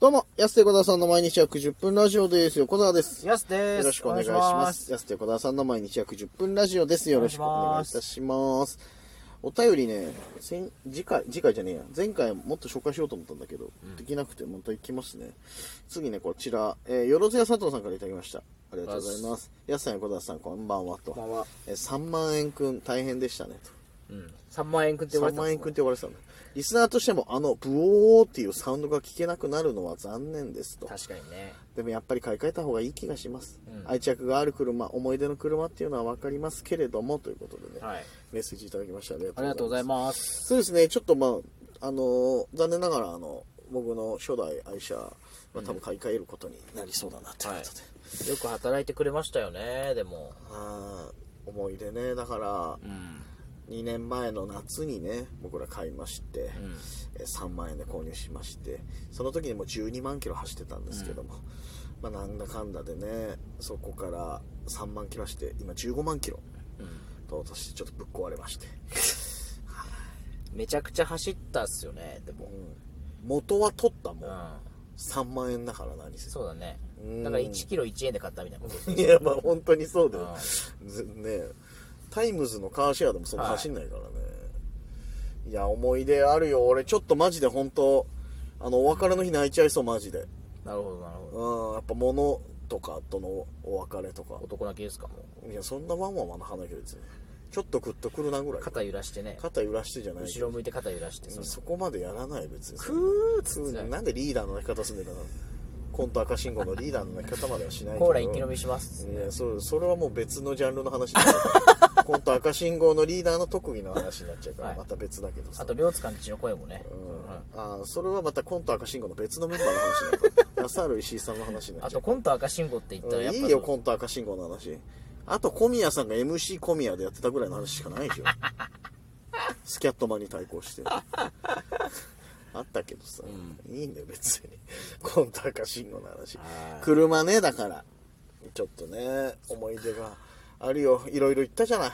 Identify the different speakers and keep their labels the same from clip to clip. Speaker 1: どうも、安手小沢さんの毎日約10分ラジオです。横澤です。よ
Speaker 2: やすです。
Speaker 1: ろしくお願いします。。安手小沢さんの毎日約10分ラジオです。よろしくお願いいたします。お便りね、先次回、次回じゃねえや。前回もっと紹介しようと思ったんだけど、できなくてまた行きますね。次ね、こちら、えーよろずや佐藤さんからいただきました。ありがとうございます。安さん、横澤さん、こんばんはと。
Speaker 2: こんばんは。
Speaker 1: えー3万円くん大変でしたねと。
Speaker 2: うん。3万円くんって言われ
Speaker 1: 3
Speaker 2: たも
Speaker 1: 万
Speaker 2: んね。
Speaker 1: 円くんって呼ばれてたんだリスナーとしてもあのブオーっていうサウンドが聞けなくなるのは残念ですと
Speaker 2: 確かにね。
Speaker 1: でもやっぱり買い替えた方がいい気がします、
Speaker 2: うん
Speaker 1: 愛着がある車思い出の車っていうのは分かりますけれどもということでね、
Speaker 2: はい。
Speaker 1: メッセージいただきましたね
Speaker 2: ありがとうございます。
Speaker 1: そうですねちょっとまああのー残念ながらあの僕の初代愛車は多分買い替えることになりそうだなということで、
Speaker 2: よく働いてくれましたよね、でも。
Speaker 1: あー思い出ねだから
Speaker 2: うん。
Speaker 1: 2年前の夏にね僕ら買いまして、えー3万円で購入しましてその時にもう12万キロ走ってたんですけども、まあ、なんだかんだでねそこから3万キロ走って今15万キロ
Speaker 2: うん。
Speaker 1: ととしてちょっとぶっ壊れまして、
Speaker 2: めちゃくちゃ走ったっすよね、でも。
Speaker 1: うん、元は取ったも
Speaker 2: うんん。
Speaker 1: 3万円だから何せ
Speaker 2: そうだね
Speaker 1: うん。
Speaker 2: だから1キロ1円で買ったみたいなことですね
Speaker 1: いやまあ本当にそうだよ、
Speaker 2: う
Speaker 1: ずねタイムズのカーシェアでもそんな走んないからね、い、や思い出あるよ俺ちょっとマジで本当あのお別れの日泣いちゃいそうマジで
Speaker 2: なるほど、なるほど。
Speaker 1: うんやっぱ物とかとのお別れとか
Speaker 2: 男泣きですか、も
Speaker 1: いやそんなワンワンはな話けど別にちょっとグッとくるなぐら
Speaker 2: う。
Speaker 1: い
Speaker 2: 肩揺らしてね。
Speaker 1: 肩揺らしてじゃない
Speaker 2: 後ろ向いて肩揺らして。
Speaker 1: う
Speaker 2: そ
Speaker 1: ん
Speaker 2: の
Speaker 1: そこまでやらない別に
Speaker 2: クーっつ
Speaker 1: そ
Speaker 2: っ
Speaker 1: ん
Speaker 2: て
Speaker 1: な
Speaker 2: ね。
Speaker 1: なんでリーダーの泣き方すんでんだなコント赤信号のリーダーの泣き方まではしないけど
Speaker 2: コーラ一気飲みします。
Speaker 1: いやそうそれはもう別のジャンルの話になっちゃ うコント赤信号のリーダーの特技の話になっちゃうから、
Speaker 2: はい
Speaker 1: また別だけどさ
Speaker 2: あと、両津勘吉の声もね。
Speaker 1: うん
Speaker 2: うん
Speaker 1: あーそれはまたコント赤信号の別のメンバーの話になっちゃう ラサール石井さんの話になっ
Speaker 2: あ
Speaker 1: ちゃ
Speaker 2: と
Speaker 1: う
Speaker 2: コント赤信号って言ったらやっぱ
Speaker 1: いいよ
Speaker 2: その
Speaker 1: コント赤信号の話あと小宮さんが MC 小宮でやってたぐらいの話しかないでし ょスキャットマンに対抗してあったけどさ、いいんだよ別に コント赤信号の話
Speaker 2: はい
Speaker 1: 車ねだからちょっとね思い出があるよいろいろ行ったじゃない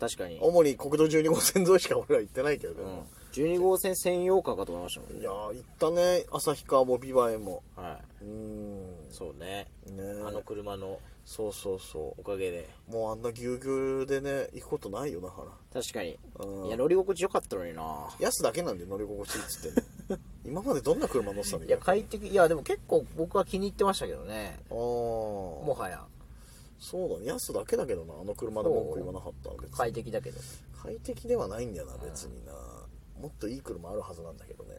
Speaker 2: 確かに、う
Speaker 1: 主に国道12号線沿いしか俺は行ってないけど、
Speaker 2: ん、12号線専用カーかと思いましたもん
Speaker 1: いやー行ったね旭川もビバエも
Speaker 2: は
Speaker 1: うーん
Speaker 2: いそうね
Speaker 1: ね
Speaker 2: あの車の
Speaker 1: そうそうそ
Speaker 2: おかげで
Speaker 1: うもうあんなぎゅうぎゅうでね行くことないよだから
Speaker 2: 確かに
Speaker 1: うん
Speaker 2: いや乗り心地良かったのにな
Speaker 1: 安だけなんで乗り心地いいっつってん の今までどんな車乗ってたんだ
Speaker 2: いや
Speaker 1: よ
Speaker 2: 快適いやでも結構僕は気に入ってましたけどね
Speaker 1: ああも
Speaker 2: もはや
Speaker 1: そうだね安だけだけどなあの車で文句言わなかったの別に
Speaker 2: 快適だけど
Speaker 1: 快適ではないんだよな別になもっといい車あるはずなんだけどね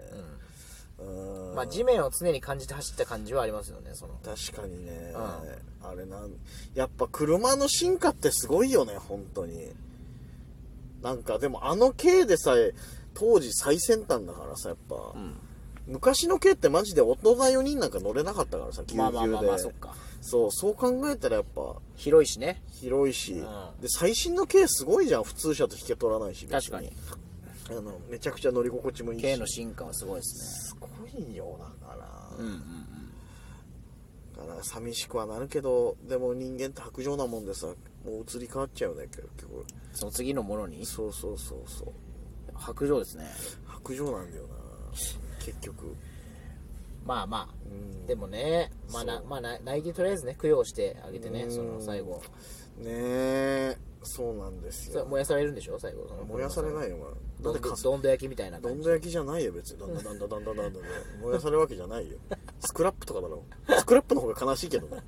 Speaker 1: うん
Speaker 2: まあ地面を常に感じて走った感じはありますよねその
Speaker 1: 確かにね、あれなんやっぱ車の進化ってすごいよね本当になんかでもあの軽でさえ当時最先端だからさやっぱ、
Speaker 2: ん
Speaker 1: 昔の軽ってマジで大人4人なんか乗れなかったからさぎゅうぎゅ
Speaker 2: まあ
Speaker 1: うで、
Speaker 2: まあまあまあそっか
Speaker 1: そうそう考えたらやっぱ
Speaker 2: 広いしね
Speaker 1: 広いし、
Speaker 2: うん
Speaker 1: で最新の軽すごいじゃん普通車と引け取らないし別
Speaker 2: 確かに
Speaker 1: あのめちゃくちゃ乗り心地もいいし
Speaker 2: K の進化はすごいですね
Speaker 1: すごいよだから、
Speaker 2: うんうんうん
Speaker 1: だから寂しくはなるけどでも人間って薄情なもんでさもう移り変わっちゃうよね結局
Speaker 2: その次のものに
Speaker 1: そうそうそうそう
Speaker 2: 白状ですね
Speaker 1: 薄情なんだよな結局
Speaker 2: まあまあ、
Speaker 1: ん
Speaker 2: でもね、まあな
Speaker 1: そう
Speaker 2: まあ、な泣いてとりあえずね供養してあげてね
Speaker 1: うん
Speaker 2: その最後
Speaker 1: ねえそうなんです
Speaker 2: それ
Speaker 1: よ
Speaker 2: 燃やされるんでしょ最後その
Speaker 1: 燃やされないよお前
Speaker 2: どん
Speaker 1: だって
Speaker 2: ど
Speaker 1: か
Speaker 2: どんど焼きみたいな
Speaker 1: ど
Speaker 2: 感
Speaker 1: ん
Speaker 2: じ
Speaker 1: ど焼きじゃないよ別にだんだんだんだんだんだんだんだんね燃やされるわけじゃないよスクラップとかだろスクラップの方が悲しいけどね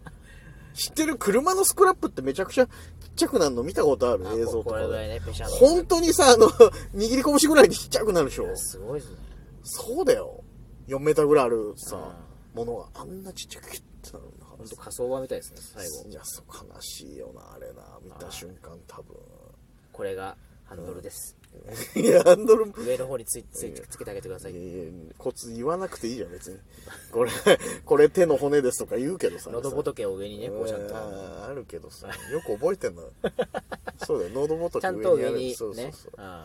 Speaker 1: 知ってる車のスクラップってめちゃくちゃちっちゃくなるの見たことある
Speaker 2: あ
Speaker 1: 映像と
Speaker 2: こ
Speaker 1: か
Speaker 2: れぐらい
Speaker 1: で
Speaker 2: ねペシャンと
Speaker 1: 本当にさあの握り拳ぐらいにちっちゃくなるでしょ
Speaker 2: すごいですね
Speaker 1: そうだよ。4メーターぐらいあるさ、
Speaker 2: う
Speaker 1: ものがあんなちっちゃく切ってたのにな
Speaker 2: 本当火葬場みたいですね最後
Speaker 1: いや、そう、悲しいよな、あれな。見た瞬間、多分。
Speaker 2: これがハンドルです、
Speaker 1: いや、ハンドルも。
Speaker 2: 上の方についついつけてあげてください
Speaker 1: いやいや、コツ言わなくていいじゃん、別に。これ、 これ手の骨ですとか言うけどさ。
Speaker 2: 喉仏を上にねこうちゃんと
Speaker 1: えーあるけどさ、よく覚えてんのよそうだよ、喉元
Speaker 2: ちゃんと上
Speaker 1: やる
Speaker 2: にね
Speaker 1: そうそうそう
Speaker 2: うん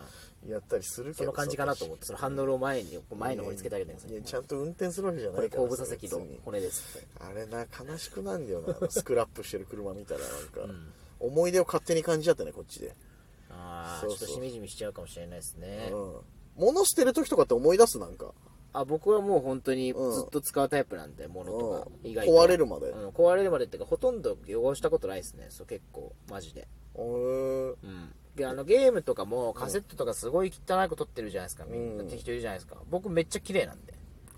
Speaker 1: やったりするけど
Speaker 2: その感じかなと思
Speaker 1: っ
Speaker 2: ってそのハンドルを前に前の方につけてあげてください
Speaker 1: いや、ちゃんと運転するわけじゃないか
Speaker 2: これ
Speaker 1: ら
Speaker 2: 後部座席
Speaker 1: 別
Speaker 2: の
Speaker 1: に
Speaker 2: 骨ですって
Speaker 1: あれな悲しくなんだよな あのスクラップしてる車見たらなんか、思い出を勝手に感じちゃったねこっちで、
Speaker 2: ああ
Speaker 1: そう
Speaker 2: ちょ
Speaker 1: そう
Speaker 2: っとしみじみしちゃうかもしれないですね
Speaker 1: うん、物捨てる時とかって思い出すなんか
Speaker 2: あ僕はもう本当に
Speaker 1: うん
Speaker 2: ずっと使うタイプなんで、物とか
Speaker 1: うん
Speaker 2: 意外と
Speaker 1: 壊れるまで。
Speaker 2: うん、壊れるまでっていうかほとんど汚したことないですねそう結構マジで
Speaker 1: へえ
Speaker 2: うんであのゲームとかもカセットとかすごい汚い子撮ってるじゃないですか、みんな
Speaker 1: うん
Speaker 2: 適当いるじゃないですか僕めっちゃ綺麗なんで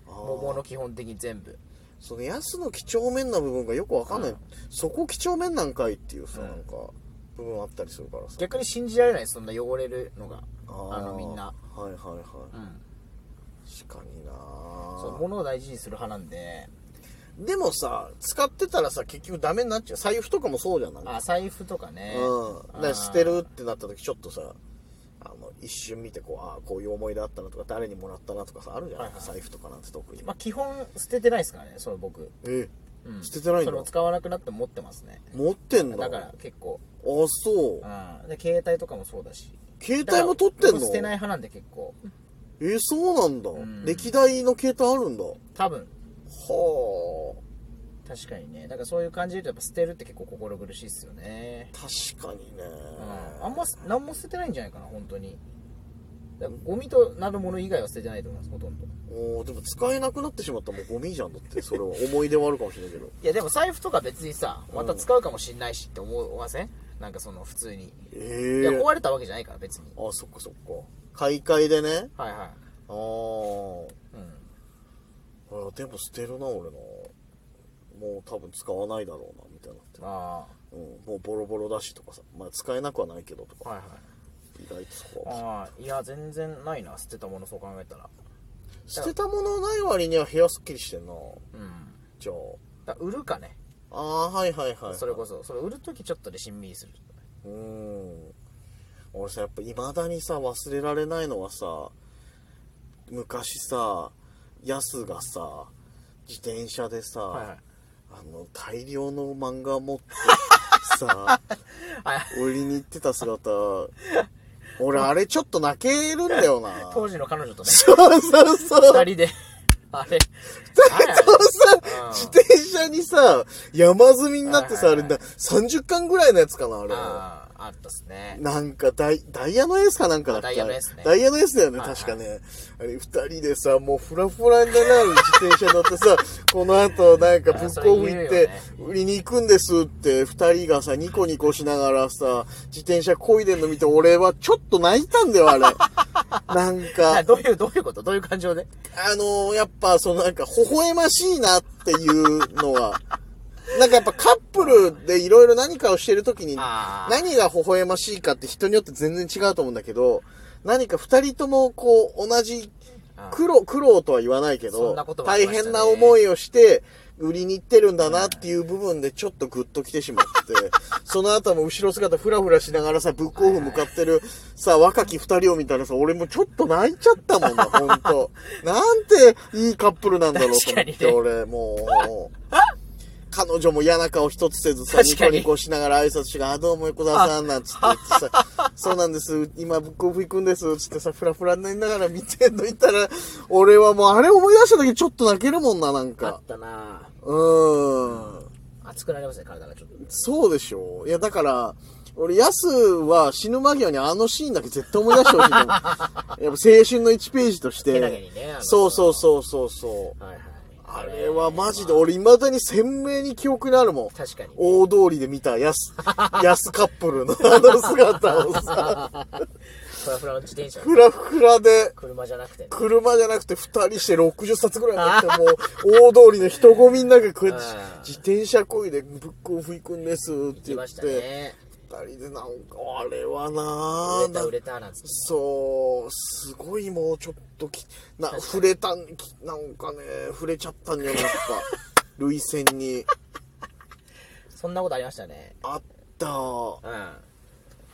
Speaker 1: あ
Speaker 2: 桃の
Speaker 1: ー
Speaker 2: 基本的に全部
Speaker 1: その安の几帳面な部分がよくわかんない、
Speaker 2: うん
Speaker 1: そこ几帳面なんかいっていうさ、
Speaker 2: うん
Speaker 1: なんか部分あったりするからさ
Speaker 2: 逆に信じられないそんな汚れるのが
Speaker 1: ー
Speaker 2: あのみんな
Speaker 1: はいはいはい、
Speaker 2: うん
Speaker 1: 確かにな
Speaker 2: そう物を大事にする派なんで
Speaker 1: でもさ使ってたらさ結局ダメになっちゃう財布とかもそうじゃない
Speaker 2: あ財布とかね
Speaker 1: うん、だから
Speaker 2: あー
Speaker 1: 捨てるってなった時ちょっとさあの一瞬見てこうああこういう思い出あったなとか誰にもらったなとかさあるじゃない、
Speaker 2: はいはい
Speaker 1: 財布とかなんて特に、
Speaker 2: まあ、基本捨ててないですからねそれ僕、
Speaker 1: え
Speaker 2: うん、
Speaker 1: 捨ててないんだ
Speaker 2: それを使わなくなって持ってますね
Speaker 1: 持ってんだ
Speaker 2: だから結構、
Speaker 1: あそう、
Speaker 2: うん、で携帯とかもそうだし
Speaker 1: 携帯も取ってん
Speaker 2: だから僕
Speaker 1: の
Speaker 2: 捨てない派なんで結構
Speaker 1: えーそうなんだ、
Speaker 2: ん
Speaker 1: 歴代の携帯あるんだは
Speaker 2: 多分
Speaker 1: あ
Speaker 2: 確かにねだからそういう感じで言うとやっぱ捨てるって結構心苦しいっすよね、
Speaker 1: 確かにね、
Speaker 2: うん、あんま何も捨ててないんじゃないかな本当にだからゴミとなるもの以外は捨ててないと思いますほとんど
Speaker 1: おーでも使えなくなってしまったらもうゴミじゃんだってそれは 思い出はあるかもしれないけど
Speaker 2: いやでも財布とか別にさまた使うかもしんないしって思わせんなんかその普通に、
Speaker 1: え
Speaker 2: いや
Speaker 1: え
Speaker 2: 壊れたわけじゃないから別に
Speaker 1: あそっかそっか買い替えでね
Speaker 2: はいはい
Speaker 1: あー
Speaker 2: うん
Speaker 1: あでも捨てるな俺なもう多分使わないだろうなみたいになって、
Speaker 2: あ
Speaker 1: うん、もうボロボロだしとかさ、まあ、使えなくはないけどと
Speaker 2: あ
Speaker 1: か、
Speaker 2: はいはい
Speaker 1: 意外とそこは
Speaker 2: ああいや全然ないな捨てたものそう考えたら
Speaker 1: 捨てたものない割には部屋すっきりしてんな
Speaker 2: うん
Speaker 1: じゃあ
Speaker 2: だから売るかね
Speaker 1: ああーはいはいはい
Speaker 2: それこそそれ売るときちょっとでしんみりする
Speaker 1: うーん俺さやっぱいまだにさ忘れられないのはさ昔さヤスがさ自転車でさ、
Speaker 2: はいはい
Speaker 1: あの大量の漫画持ってさ
Speaker 2: はい
Speaker 1: 売りに行ってた姿俺あれちょっと泣けるんだよな
Speaker 2: 当時の彼 女とね
Speaker 1: そうそうそう
Speaker 2: 二人であれ
Speaker 1: そうさ
Speaker 2: うん、
Speaker 1: 自転車にさ、山積みになってさ、あ
Speaker 2: はい
Speaker 1: れ
Speaker 2: はいは
Speaker 1: だ、30巻ぐらいのやつかな、あれ。
Speaker 2: あああったっすね
Speaker 1: なんかダイ、ダイヤのエースかなんかだっけ
Speaker 2: ダイヤのエースね
Speaker 1: ダイヤのエースだよね、
Speaker 2: はいはい
Speaker 1: 確かね。あれ、二人でさ、もうフラフラになる自転車乗ってさ、 この後なんかブックオフ行っ
Speaker 2: それ言え
Speaker 1: て
Speaker 2: るよね、
Speaker 1: 売りに行くんですって、二人がさ、ニコニコしながらさ、自転車漕いでんの見て、俺はちょっと泣いたんだよ、 あれ。なん
Speaker 2: は
Speaker 1: か
Speaker 2: い、どういうどういうことどういう感情で
Speaker 1: あのー、やっぱ、そのなんか、微笑ましいなっていうのが、 なんかやっぱカップルでいろいろ何かをしてるときに、
Speaker 2: ああ
Speaker 1: 何が微笑ましいかって人によって全然違うと思うんだけど、何か二人ともこう同じ苦労、苦労とは言わないけ
Speaker 2: そ
Speaker 1: ど、
Speaker 2: んなこともあり
Speaker 1: 大
Speaker 2: ました
Speaker 1: 変
Speaker 2: ね
Speaker 1: な思いをして、売りに行ってるんだなっていう部分でちょっとグッと来てしまって、 その後も後ろ姿フラフラしながらさ、ブックオフ向かってるさ、若き二人を見たらさ、俺もちょっと泣いちゃったもんな、ほんと。 なんていいカップルなんだろうと思って、
Speaker 2: 確かにね
Speaker 1: 俺、もう。彼女も嫌な顔一つせずさ、ニ
Speaker 2: 確か
Speaker 1: コ
Speaker 2: に
Speaker 1: ニコしながら挨拶しが、あ、どうも横田さん、 なんつって言ってさ、そうなんです、今ブックオフ行くんです、つってさ、フラフラになりながら見てんのいたら、俺はもうあれ思い出した時ちょっと泣けるもんな、なん
Speaker 2: あ
Speaker 1: か
Speaker 2: っ。たな
Speaker 1: うーん。
Speaker 2: 熱くなりますね体がちょっと
Speaker 1: そうでしょう。いや、だから、俺、ヤスは死ぬ間際にあのシーンだけ絶対思い出してほしいと 思う。やっぱ青春の1ページとして。
Speaker 2: けなげにねあの
Speaker 1: そうそうそうそうそう。
Speaker 2: はいはい
Speaker 1: あれはマジで俺未だに鮮明に記憶にあるもん。
Speaker 2: 確かに
Speaker 1: 大通りで見たヤ ス、ヤスカップルのあの姿をさ、
Speaker 2: フラフラの自転車
Speaker 1: フラフラで、
Speaker 2: 車じゃなくてね
Speaker 1: 車じゃなくて二人して60冊ぐらい持って、もう大通りの人混みの中こうやって
Speaker 2: うん
Speaker 1: 自転車こいでブックオフ行くんですって
Speaker 2: 来
Speaker 1: 言
Speaker 2: ま
Speaker 1: っ
Speaker 2: した
Speaker 1: て、
Speaker 2: ね
Speaker 1: 二、人でなんか、あれは
Speaker 2: 売
Speaker 1: な
Speaker 2: れ
Speaker 1: ぁ、
Speaker 2: た
Speaker 1: な
Speaker 2: 売れたなんつって
Speaker 1: そう、すごいもうちょっとき、な、触れたん、きなんかね、触れちゃったんじゃないか。 涙腺に。
Speaker 2: そんなことありましたね
Speaker 1: あった。
Speaker 2: うん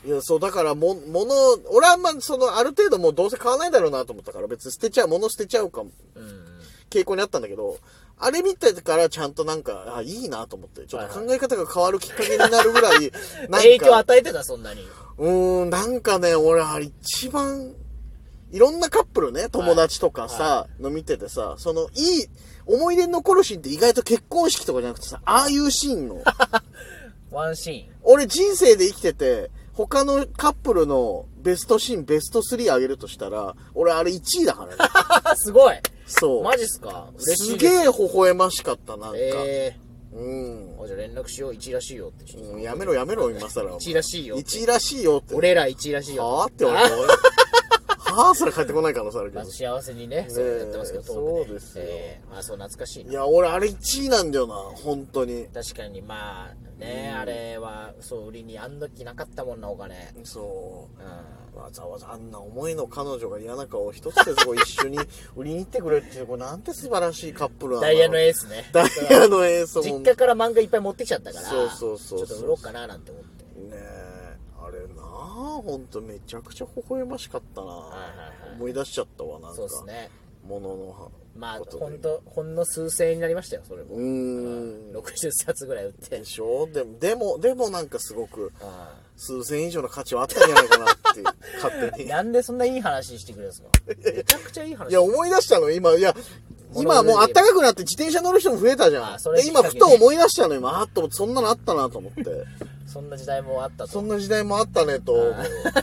Speaker 1: いや、そう、だから、も、もの、俺はあんま、その、ある程度もうどうせ買わないだろうなと思ったから、別に捨てちゃう、物捨てちゃうかも、
Speaker 2: うん
Speaker 1: 傾向にあったんだけど、あれ見てからちゃんとなんか、あ、いいなと思って、ちょっと考え方が変わるきっかけになるぐら い、なんか、
Speaker 2: 影響与えてたそんなに
Speaker 1: うーん、なんかね、俺、あれ一番、いろんなカップルね、友達とかさ、の見ててさ、その、いい、思い出に残るシーンって意外と結婚式とかじゃなくてさ、ああいうシーンの、
Speaker 2: ワンシ
Speaker 1: 俺人生で生きてて、他のカップルのベストシーン、ベスト3上げるとしたら、俺あれ1位だからね。
Speaker 2: ーンすごい
Speaker 1: そう。
Speaker 2: マジっすか嬉し
Speaker 1: す
Speaker 2: いで
Speaker 1: げ
Speaker 2: す
Speaker 1: え微笑ましかった、なんか。
Speaker 2: え
Speaker 1: うん
Speaker 2: ー、。あじゃあ連絡しよう1らしいよってちょっと
Speaker 1: うんやめろやめろ、今更。
Speaker 2: 1らしいよって
Speaker 1: 1らしいよって。
Speaker 2: 俺ら1らしい
Speaker 1: は
Speaker 2: よ
Speaker 1: あって俺、 はあすら帰ってこない可能性あるけ
Speaker 2: ま
Speaker 1: ど
Speaker 2: あ。幸せにねそうやってますけどトーク
Speaker 1: そうですよ
Speaker 2: えーまあそう懐かしい
Speaker 1: い
Speaker 2: な
Speaker 1: や、俺あれ1位なんだよな、本当に。
Speaker 2: 確かにまあねあれはそう売りにあん時なかったもんなお金
Speaker 1: そうう。わざわざあんな思いの彼女が嫌な顔一つでそこ一緒に売りに行ってくれるっていう、これなんて素晴らしいカップルなんんだ
Speaker 2: ダイヤのエースね
Speaker 1: ダイヤのエースも
Speaker 2: 実
Speaker 1: んね
Speaker 2: 家から漫画いっぱい持ってきちゃったから
Speaker 1: そうそうそうそう
Speaker 2: ちょっと売ろうかななんて思って
Speaker 1: えあれなあほんとめちゃくちゃ微笑ましかったな、
Speaker 2: いはいはい
Speaker 1: 思い出しちゃったわなんか
Speaker 2: そうですね
Speaker 1: ものの
Speaker 2: まあ
Speaker 1: ことで
Speaker 2: ほんとほんの数千円になりましたよそれも、
Speaker 1: うーん
Speaker 2: 60冊ぐらい売って
Speaker 1: でしょでもでもでもなんかすごく
Speaker 2: あ
Speaker 1: 数千以上の価値はあったんじゃないかな っていう勝手に
Speaker 2: なんでそんないい話してくれるん ですかめちゃくちゃいい話
Speaker 1: いや、思い出したの、今。いや、今もう暖かくなって自転車乗る人も増えたじゃん
Speaker 2: あ。それ
Speaker 1: で、
Speaker 2: きっ
Speaker 1: 今、
Speaker 2: かけ
Speaker 1: ふ
Speaker 2: で
Speaker 1: と思い出したの、今。あっと、そんなのあったなと思って。
Speaker 2: そんな時代もあったと
Speaker 1: そんな時代もあったねと思う。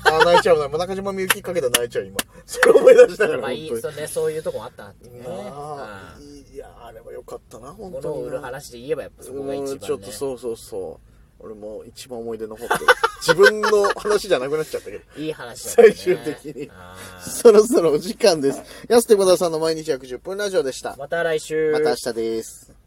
Speaker 1: あ、泣いちゃうな。中島みゆきかけたら泣いちゃう、今。それ思い出したから、
Speaker 2: まあ
Speaker 1: 本
Speaker 2: い
Speaker 1: 当
Speaker 2: い
Speaker 1: に。
Speaker 2: そう,、ね、そういうとこもあったってね
Speaker 1: なあ
Speaker 2: あ
Speaker 1: いや、あれは良かったな、
Speaker 2: あ
Speaker 1: 本
Speaker 2: 物
Speaker 1: 当
Speaker 2: を
Speaker 1: に
Speaker 2: 売る
Speaker 1: な。
Speaker 2: 話で言えばやっぱそこが一
Speaker 1: う
Speaker 2: 番、ね、
Speaker 1: ん、ちょっとそうそうそう。俺も一番思い出残ってる。自分の話じゃなくなっちゃったけど。
Speaker 2: いい話だった、ね、
Speaker 1: 最終的に
Speaker 2: ああ
Speaker 1: そろそろお時間です。安手小田さんの毎日約10分ラジオでした。
Speaker 2: また来週
Speaker 1: また明日です。